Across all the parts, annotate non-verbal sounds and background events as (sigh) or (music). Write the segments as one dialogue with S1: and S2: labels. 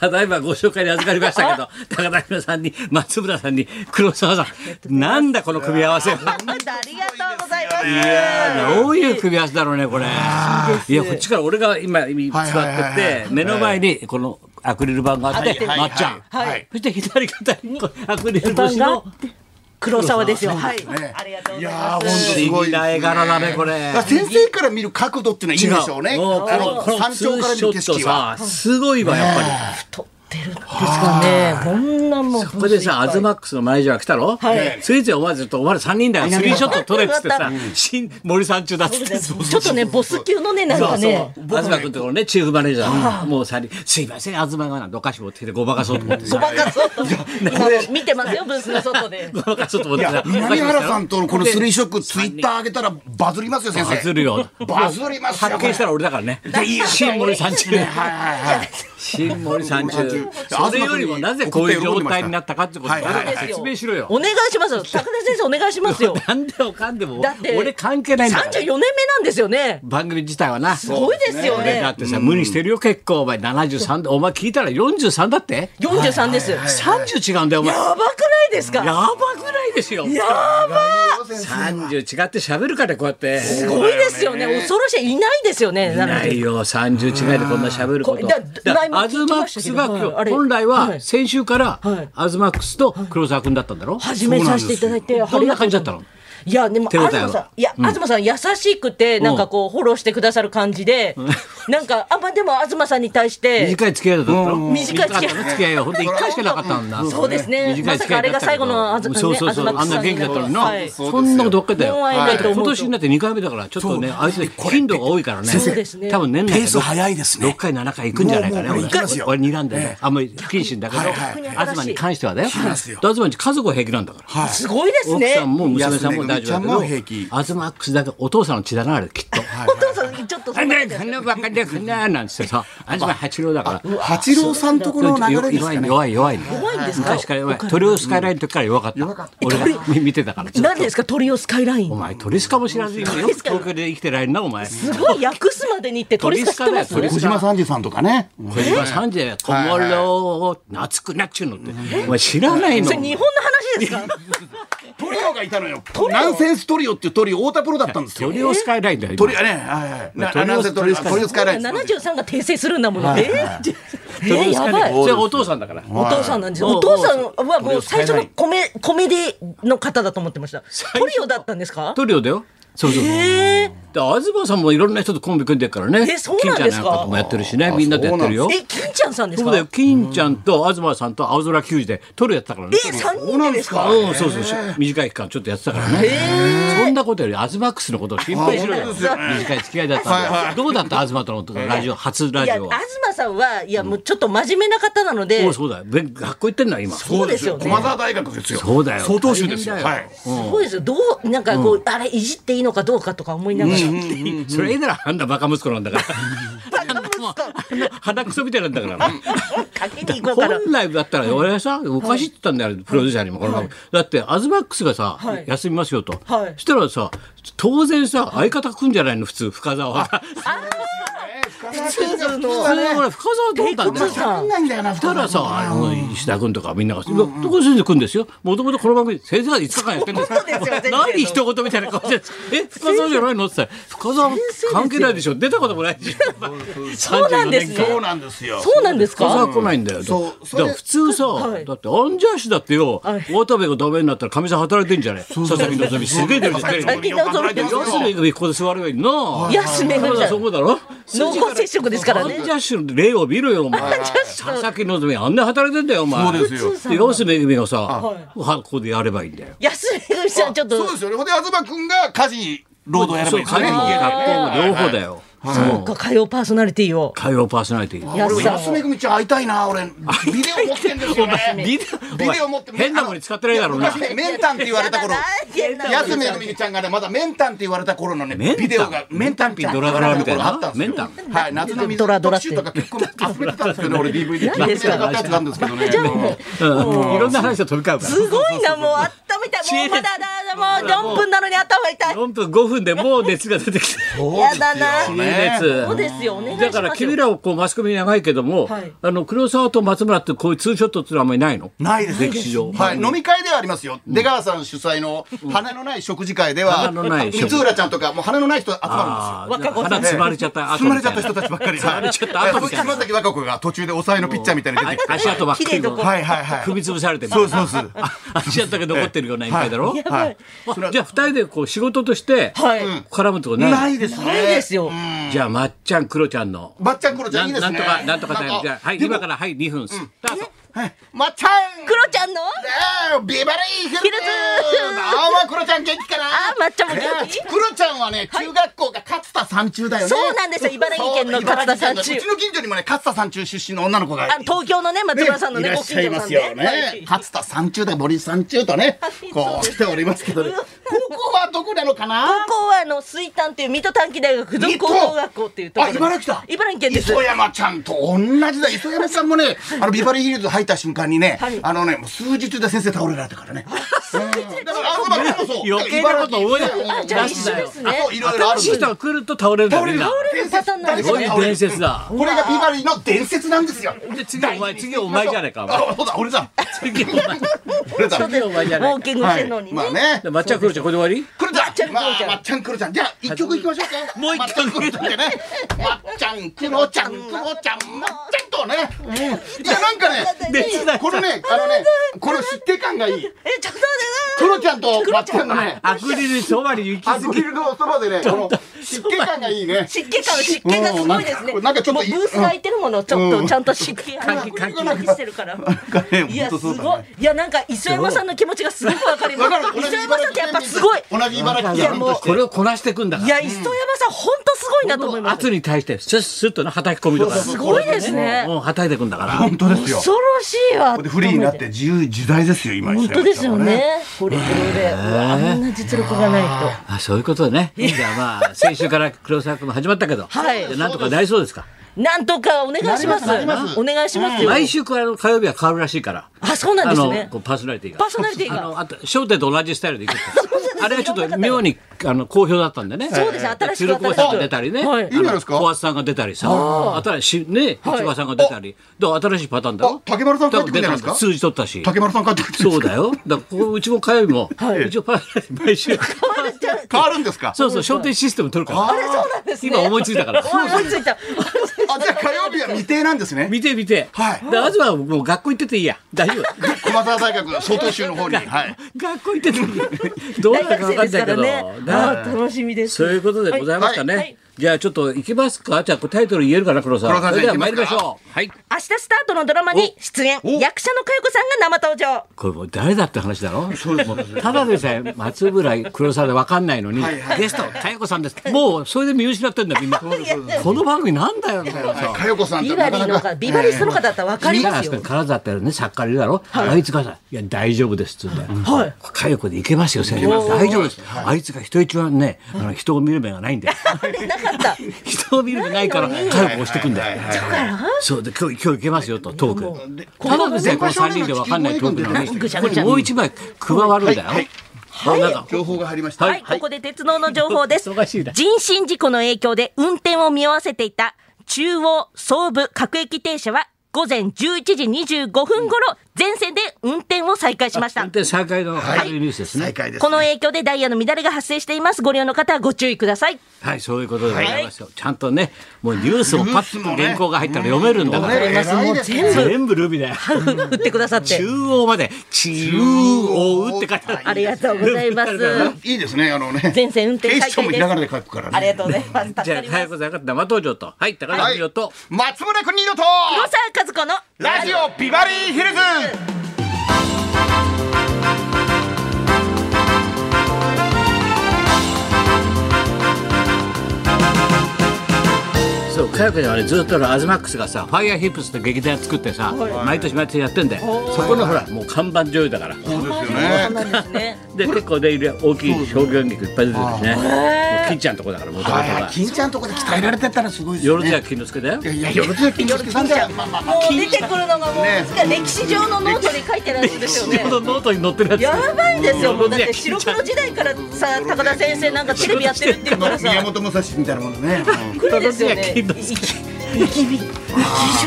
S1: ただいまご紹介に預かりました
S2: (laughs)
S1: けど、高田姫さんに、松村さんに、黒沢さん、なんだこの組み合わせは。
S3: ありがとうございます。
S1: どういう組み合わせだろうね、これ。いや、こっちから俺が今、今
S2: はいはい
S1: 座
S2: は
S1: っ
S2: い
S1: てて、目の前に、この、アクリル板があって、
S2: はい
S1: まっちゃん。
S2: はい
S3: はい
S1: そして左肩に、こうアクリル越し
S3: 板があ
S1: の
S3: っ、黒沢ですよ。はい。
S2: ね
S3: ありがとうござ
S2: い
S3: い
S2: やー、
S3: ま
S2: 本当
S3: す。
S2: すご
S1: 不思
S2: いです
S1: 議な絵柄だねこれ
S2: だから先生から見る角度っていうのはいいんでしょうね。あ
S1: もう
S2: の
S1: この
S2: 山
S1: ツー
S2: 頂から見
S1: ショ
S2: る景
S1: ット
S2: 色は。
S1: さ、すごいわ、やっぱり。
S3: 太ってるんですかね。こんなもう。
S1: これでさ、アズマックスのマネージャーが来たろ、
S3: はい
S1: それ以前お前ずっと、お前ら3人だよ、スリーショット撮れっつってさ
S3: う、
S1: 新森さん中だっつって。
S3: ちょっとねボス級のねなん
S1: そ
S3: か
S1: うそう
S3: ね。
S1: 東君ところね、チーフマネージャーの、もうさり、すいません、東がなんてお菓子持ってきてごまかそうと思って
S3: ご
S1: さ、 (laughs)
S3: まかそうと。今も見てますよブースの外で。
S1: ごまかそうと思っ
S2: い
S1: て
S2: や
S1: さ、、
S2: 南原さんとのこのスリー
S1: ー
S2: ショック、ツイッター上げたらバズりますよ、先生。
S1: バズるよ。
S2: バズりますよ。
S1: 発見したら俺だからね、新森さん中ね。
S2: はいはいはい。
S1: 新森さん
S2: 新
S1: 中
S2: 森さん中
S1: それよりもなぜこういう状態になったかってことを
S2: はいはいはい
S1: 説明しろよ。
S3: お願いしますよ。高田先生お願いします (laughs) よ。
S1: なんでもかんでも
S3: だって
S1: 俺関係ないんだか
S3: 34
S1: ら
S3: 年目なんですよね。
S1: 番組自体はな。す
S3: すごいですよ
S1: だ
S3: ね
S1: っ。てさ、無理してるよ結構お前73だお前聞いたら43だって
S3: 43です。や
S1: 30違うんだよお前や
S3: ばくないですか。や
S1: ばくないですよ
S2: ば先生。
S1: 30違って喋るからこうやって
S3: すごいですよね。恐ろしいいないですよね。なんか
S1: ないよ30違いでこんな喋るこ
S3: ことれだ
S1: だ
S3: 前も
S1: ア
S3: 聞
S1: ズマ
S3: き
S1: ッ
S3: ま
S1: ク
S3: した
S1: ス
S3: けど
S1: が
S3: はいあれ
S1: 本来
S3: は
S1: はい先週から
S3: はい
S1: アズマックスと黒沢君だったんだろ
S3: 始めさせていただいて、
S1: どんな感じだったの
S3: いやでも
S1: 手応えは
S3: 東さんいや、東さん優しくてなんかこうフォローしてくださる感じで、なんかあまあでも東さんに対して
S1: 短い付き合いだったんだろ
S3: 短い付き合い
S1: 短付き合いは本当一回しかなかったんだ
S3: そうですね
S1: 短
S3: ま
S1: い
S3: さ
S1: 付き
S3: か
S1: 合いだ
S3: あれ
S1: った
S3: が
S1: けど
S3: 最後のあず
S2: そうそ
S1: そ
S2: う
S1: うそう、
S3: ね
S1: あんな元気だったのにな
S3: 東さ。ん
S2: そう
S1: そんなことどっかだよ。
S3: もう会えないと思
S1: 今
S3: う
S1: 年になって2回目だから、ちょっとね、あいつで頻度が多いからね。
S3: そうですね
S1: 多分年内
S2: ペース早いですね
S1: 6回、7回行くんじゃないかね。
S2: もうも
S1: 俺
S2: う行きますよ
S1: 俺睨んでね。あんまり不謹慎だけど、
S2: はいはい
S1: 東に関してはだよ。
S2: そうですよ
S1: 東に家族は平気なんだから。
S2: はい。
S3: すごいです
S1: 奥
S3: ね
S1: さんも娘さんも大丈夫
S2: 安
S1: だ
S2: めぐ
S1: け
S2: みちゃんも平
S1: ど、アズマックスだけお父さんの血だな、あれ、きっと。
S3: お父さんちょっとそ
S1: あ
S3: んな
S1: ね、こんなばっかりで、こんななんつってさ、アズマ八郎だから。
S2: 八郎さんとこの流れです
S1: 弱
S2: か
S1: い
S2: ね。
S1: 弱い弱いね
S3: 怖いんですか
S1: 昔から弱い鳥をスカイラインの時から弱かった俺が見見てたからずっと
S3: 何ですか鳥をスカイライ
S1: お
S3: ン
S1: 前鳥スカも知らずによく東京で生きてられるなお前
S3: すごい訳すまでにって鳥
S1: 鳥
S3: スカ
S1: スカ
S3: 知って
S1: だ
S3: ま
S1: よ
S3: す
S1: 鳥
S2: 小
S1: スカ
S2: 島三次さんとかね。
S1: 小島さんじゃ「こもろ懐くなっちゅうの」ってお前知らないの
S3: それ日本の話ですか
S2: トリオがいたのよ。ナンセンストリオっていうトリオ、太田プロだったんですよ。
S1: 鳥をスカイラインだよ
S2: トリ
S1: 今
S2: オね、はいはいな。
S1: トリオ
S2: ナンセンストリオ、
S1: トリオ
S2: トリオ使えないです。
S3: 73が訂正するんだものえーえ
S1: 鳥
S3: ー
S1: をスカ
S3: や
S1: イラ
S3: ば
S1: イン
S3: い
S1: それはお父さんだから
S3: お父さんなんですよ
S1: はい
S3: お父さんはもう最初のコメコメディの方だと思ってましたトリオだったんですか
S1: トリオだよそうそう
S3: えー
S1: で東さんもいろんな人とコンビ組んでるからね
S3: えそうなんで
S1: 金ちゃん
S3: すか
S1: なんかともやってるしねみんなでやってるよ
S3: え金ちゃんさんで
S1: そ
S3: すか
S1: うだよ金ちゃんと東さんと青空球児でトリオやってたからね
S3: え三人でですか
S1: うん、そうそうし短い期間ちょっとやってたからね。そんなことよりアズマックスのことを心配しろよ。
S2: あ本当ですよね
S1: 短い付き合いだったんだよ。どうだったアズマとのラジオ、初ラ
S3: い
S1: ジ
S3: や
S1: オは。
S3: 東さんはいやもうちょっと真面目な方なので
S1: おうそうだよ。べ学校行ってんだ今。
S3: そうですよね
S2: 駒沢大学ですよ。
S1: そうだよ
S2: 曹洞宗ですよ。
S1: 大変
S2: は
S1: だよ
S2: い。
S3: すごいですよどうなんかこうあれいじっていいのかどうかとか思いながら
S1: それええならあんなバカ息子なんだから。あんな鼻くそみたいなんだから。
S3: かけに行こうかな
S1: 本来だったら俺はさおかしいって言ったんだよプロデューサーにもこの番組だってアズマックスがさ
S3: はい
S1: 休みますよと
S3: はい
S1: そしたらさ当然さ相方来んじゃないの普通深沢は
S2: 普通の
S1: 普通俺深沢どうだったんだよ
S3: え
S2: わかんないんだよな。
S1: たらさ、あの石田君とかみんなが、どこ先生来るんですよ。もともとこの番組、先生が5日間やってるんです
S3: そうですよ先生
S1: 何一言みたいな顔して、え、深沢じゃないのって言ったら、深沢関係ないでしょ。出たこともないし。
S3: (laughs) そうなんですね
S2: そうなんですよ。
S3: そうなんです
S1: 深沢
S3: か
S1: 来ないんだよ。だ
S2: そう
S1: だ
S2: それ
S1: から普通さ、
S3: はい
S1: だってアンジャッシュだってよ、
S3: はい
S1: 渡部がダメになったら神さん働いてんじゃない佐々木希すげえ出るじゃん。テレビ
S3: 最近の驚いてますよ
S1: 要するにここで座ればいいの。
S3: いやすね
S1: 神田さんそう思うだろ
S3: 濃厚接触ですからね
S1: アンジャッシュの例を見ろよ、お前。佐々木希あんな働いてんだよ、お前。
S2: そうですよ
S1: で様子めぐみがさ、はここでやればいいんだよ。
S3: 安めぐみさんちょっと
S2: そうですよね。ほんで、東君が家事、労働やれば
S1: そ、
S2: いういです
S1: 家
S2: ね。
S1: 事も学校も両方だよ。
S3: そうか火曜パーソナリティを
S1: 火曜パーソナリティ。
S3: 安
S2: 俺
S3: さん
S2: 安めぐみちゃん会いたいな俺ビデオ持ってんですよね
S1: ビデオ
S2: ビデオ持って
S1: おい変なものに使ってないだろうな
S2: あの昔ねメンタンって言われた頃
S3: やだな
S2: 安めぐみちゃんがねまだメンタンって言われた頃のね
S1: メンタン
S2: ビデオがメンタンピ
S1: ドラドラみたいな
S2: あったんですよ
S1: メンタン
S2: はい夏の水
S3: ドラドラって
S2: 特集とか結構集めてたんですけどね俺 DVD
S3: 何ですか
S2: 買ったやつなんですけどね
S3: じゃあもう
S1: うんいろんな話が飛び交うから。
S3: すごいなもうあったみたい
S1: 知恵で
S3: もうまだだだもう4分なのに頭痛い
S1: 4分5分でもう熱が出てきて
S3: やだな
S1: 熱、
S3: そうですよお願いします
S1: だ
S3: よ
S1: から君らをこうマスコミに長いけども、
S3: はい
S1: あの黒沢と松村ってこういうツーショットっていうのはあんまりないの
S2: ないです
S1: 歴史上
S2: はい、飲み会ではありますよ、出川さん主催の花のない食事会では、
S1: 花のない食事
S2: 光浦ちゃんとか、もう花のない人集
S1: あ
S2: まるんですよ。
S1: ー
S3: 若子さん
S1: 鼻詰まれちゃった後
S2: 詰
S1: み
S2: ま
S1: た
S2: れ
S1: い
S2: ちゃ
S1: な
S2: った人たちばっかり。
S1: 詰まれちゃった後みたいな
S2: はい島崎和歌子が途中で抑えのピッチャーみたいに出てきて。
S1: あ足跡ばっかりの
S2: はいはいはい。
S1: 首潰されてる
S2: そうそうそう。
S1: あ足跡だけ残ってるような一回だろ、
S2: はい。
S1: あじゃあ二人でこう仕事として
S3: はい、
S1: 絡むってことないの
S2: ないですね。
S3: ないですよ、
S1: じゃあまっちゃんクロちゃんの
S2: まっちゃんころちゃ
S1: なんん
S2: いいです
S1: なん
S2: ね。。
S1: とかなんとかタイムじゃあはい今かららはい2分スタート
S2: はいまっちゃん
S3: クロちゃんの
S2: あービバリーヒルズ
S3: ヒルズ
S2: どうもクロちゃん元気かな
S3: あーまっちゃんも元気
S2: クロちゃんはね中学校が勝田山中だよね
S3: そうなんですよ茨城県の勝田山中
S2: そう茨城県のうちの近所にもね勝田山中出身の女の子が
S3: あの東京のね松村さんのね
S2: いら
S3: ご
S2: っしゃ
S3: 近所
S2: いま
S3: さん
S2: す
S3: で、
S2: よ
S3: はい
S2: ね勝田山中だ森山中とね
S3: (laughs) はい
S2: こう来ております
S3: (laughs)
S2: けどね高校はどこなのかな
S3: 高校はあの水丹っていう水戸短期大学附属
S2: 水戸
S3: 高等学校っていうところで
S2: あ茨城だ
S3: 茨城県です
S2: 磯山ちゃんと同じだ磯山さんもねあのビバリーヒルズ入った瞬間にね、
S3: はい
S2: あのねもう数日で先生倒れられたからねうんだからあそうだそうそう
S1: 余計なこと覚え
S2: だから
S1: な
S2: 茨
S1: い
S3: じゃあ
S1: 出
S3: 一
S1: す
S3: 緒
S1: な
S3: で
S1: よ
S3: すね
S2: そういろいろあるん
S1: 新しい人が来ると倒れるんだよみんな
S3: れるパターンなんです
S1: ごい伝説だ
S2: これがビバリーの伝説なんですよ
S1: で次お前次お前じゃないかお前
S2: あそうだ俺だ
S1: 次お前
S2: 俺だ
S1: 次お前じゃ
S3: ウ
S1: ないか
S3: ォーキングしてるのにね,、
S2: まあね
S1: でまっちゃんクロちゃんこれで終わり
S2: クロちゃん
S3: まっちゃん
S2: ま
S3: クロちゃ
S2: あ
S3: ん
S2: まっちゃんクロちゃんじゃあ一曲いきましょうか
S1: もう一曲
S2: まっちゃんクロちゃんでねまっちゃんクロちゃんクロちゃんまっちゃんとねうんいやなんか
S3: (laughs)
S2: ね
S1: できない
S2: このねあのねこの知って感がいい
S3: えちょっと
S2: クロちゃんとまっちゃんのね
S1: アクリルそばに行き
S2: ア
S1: 過
S2: ク
S1: ぎ
S2: リルのそばでねこの湿気感がいいね
S3: 湿気感湿気がすごいですね
S2: うんなんかちょっ
S3: も
S2: と
S3: うブースが空いてるものちょっとちゃんと湿気が
S1: 換気換気
S3: してるからいやす
S2: ねほんとそうだね
S3: ごいいやなんか磯山さんの気持ちがすごくわかりま
S2: わ
S3: す
S2: かる同じ
S3: 磯山さんってやっぱすごい
S2: 同じ茨城
S1: い
S2: 県
S1: や
S2: 民
S1: も
S2: と
S1: う
S2: して
S1: これをこなしていくんだか
S3: い
S1: ら
S3: や磯山さん本当すごいなと思います
S1: 圧に対してスッスッとなはたき込みとか
S3: すごいですね
S1: もうはたいていくんだ
S3: (laughs)
S1: から
S2: 本当ですよ
S3: 恐ろしいわ
S2: でフリーになって自由自在ですよ今
S3: 本当ですよねホリプロであんな実力がないと
S1: あそういうことね。じゃあまあ先週から黒沢君も始まったけど、
S3: はい
S1: じゃあなんとかなりそうですか。
S3: なんとかお願いします
S2: なります
S3: お願いしますよ
S1: 毎週からの火曜日は変わるらしいから。
S3: あそうなんです
S1: あの
S3: ね
S1: こうパーソナリティが。
S3: パーソナリティが
S1: あのあと焦点と同じスタイルでいくって。あれはちょっと妙にあの好評だったんでね。
S3: そうです新しく
S1: 鶴光さんが出たりね。
S3: はいいいん
S2: じゃないですか
S1: あの小松さんが出たりさ、新しいね
S3: はい
S1: 千葉さんが出たり、だから新しいパターンだろ
S2: あ。竹丸さん帰ってくるんじゃないですか
S1: 多分出たんだ数字取ったし。
S2: 竹丸さん帰ってくる
S1: そうだよ。だからここうちも火曜日も一応パーソナリティ毎週。
S2: 変わるんですか
S1: そうそう焦点システム取るから。
S3: あれそうなんですね
S1: 今思いついた
S3: (laughs)
S1: から
S3: 思いついた
S2: あじゃあ火曜日は未定なんですね
S1: 見て見て。
S2: は
S1: で、
S2: い
S1: 東はもう学校行ってていいや。大丈夫。
S2: 駒沢大学曹洞宗の方にはい
S1: 学校行ってていい。どうな
S3: 大
S1: るか
S3: 学
S1: 分
S3: 生
S1: か
S3: で
S1: んないけ
S3: すから
S1: ど。
S3: ね
S1: な
S3: あー楽しみです
S1: そういうことでございますかね。
S3: はいはい
S1: じゃあちょっと行きますか。じゃあこれタイトル言えるかな、黒沢。そ
S2: 黒沢さ
S1: れ
S2: ん
S1: では参
S2: 行き
S1: り
S2: ま
S1: ますし
S2: か
S1: ょう。はい。
S3: 明日スタートのドラマに出演
S2: お
S3: 役者の佳代子さんが生登場
S1: これもう誰だって話だろもうただでさえ松村黒沢で分かんないのに、
S2: はいはい
S1: ゲスト佳代子さんですもうそれで見失ってんだよみんなこの番組なんだよみたいなさ
S2: 佳代子さん
S3: ビ
S2: と
S3: バ
S2: な
S3: リ
S2: か
S3: ーの
S2: な
S3: か
S2: か
S3: ビバリストの方だったらわかり
S1: だか
S3: ま
S1: ら
S3: すよ
S1: 金沢ってあるね作家いるだろ、あいつがさ「いや大丈夫です」っつうんだよ「
S3: はい
S1: 佳代子でいけますよ先生大丈夫です」あいつが人一番ねあの人を見る目がないんだよ
S3: なかった
S1: (laughs) 人を見る目ないから佳代子を押してくんだよそうで今日今日いけますよとトークただでさえこの3人で分かんないトークなのに
S3: ぐちゃ
S1: ここ
S3: ぐち
S1: に
S3: ゃ
S1: もう一枚加わるんだよ、
S2: はい
S1: あなんか
S2: 情報が入りました
S3: はい、ここで鉄道の情報です。
S1: 忙しいな (laughs)
S3: 人身事故の影響で運転を見合わせていた中央総武各駅停車は午前11時25分頃、全線で運転を再開しました
S1: 運。転再開の
S2: はい
S1: ニュースですね。は
S2: 再
S1: い、
S2: 開です
S3: この影響でダイヤの乱れが発生しています。ご利用の方はご注意ください。 (laughs)
S1: そういうことでございますよ。ちゃんとね、もうニュースをパッと原稿が入ったら読めるんだか
S2: ね
S1: ら。
S2: 偉いですね
S1: 全部ルビだよ。
S3: 打ってくださって。
S1: 中央まで、中央って書いてあ
S3: あ
S1: る。
S3: りがとうござ
S1: (laughs)
S3: います。
S2: いいですねあのね
S3: 全線運転
S2: 警
S3: 再
S2: 視庁
S3: 開
S2: も
S3: です
S2: ひらがなで書くから
S3: あり
S2: ね
S3: がとうございます。助
S1: じゃ
S3: か
S1: あ、
S3: りま
S1: 早
S3: す。
S1: 子さんが生登場と。はい、高田
S2: は
S1: 文夫
S2: い
S1: と。
S2: 松村邦洋と
S3: 黒沢和子の
S2: ラジオビバリーヒルズ
S1: そう、佳代子ちゃんはね、ずっとあのアズマックスがさ、ファイヤーヒップスって劇団作ってさ、毎年毎年やってんだよ。そこのほら、もう看板女優だから。
S2: そうですよ
S3: そう
S2: ね
S3: なんですね。
S1: で結構ね大きい商業劇いっぱい出てくるしね。もう金ちゃんとこだからもともと
S2: はいは
S1: が
S2: い。金ちゃんとこで鍛えられてったらすごいですね
S1: よろずや金之助だよ
S2: い。やいやよろずや金之助さんだよまあまあまあ
S3: もう
S2: 金
S3: 出てくるのがもう、
S2: ね
S3: 歴史上のノートに書いてるやつですよ
S1: 市
S3: ね
S1: 場。のノートに載ってるやつ。
S3: やばいですよ、もうだっ
S1: よろずや金
S3: て白
S1: ちゃん
S3: 黒時代からさ、高田先生なんかテレビやってるっていうからさ、
S2: 宮本武蔵みたいなものね
S3: びっくりですよね。
S1: 金之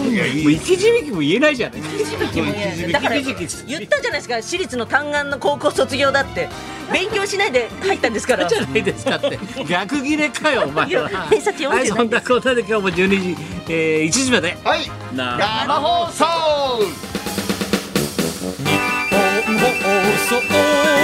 S2: うんいやいい
S1: もう生き字引も言えないじゃない。
S3: だから
S1: 生き字
S3: 言
S1: 引
S3: ったじゃないですか、私立の単眼の高校卒業だって、勉強しないで入ったんですから
S1: じ。ゃないですかって (laughs) 逆切れかよお前は。
S3: いや偏差値40
S1: はいそんなこんなで今日も12時、えー、1時まで。
S2: はい
S1: な
S2: 生放送
S1: 放送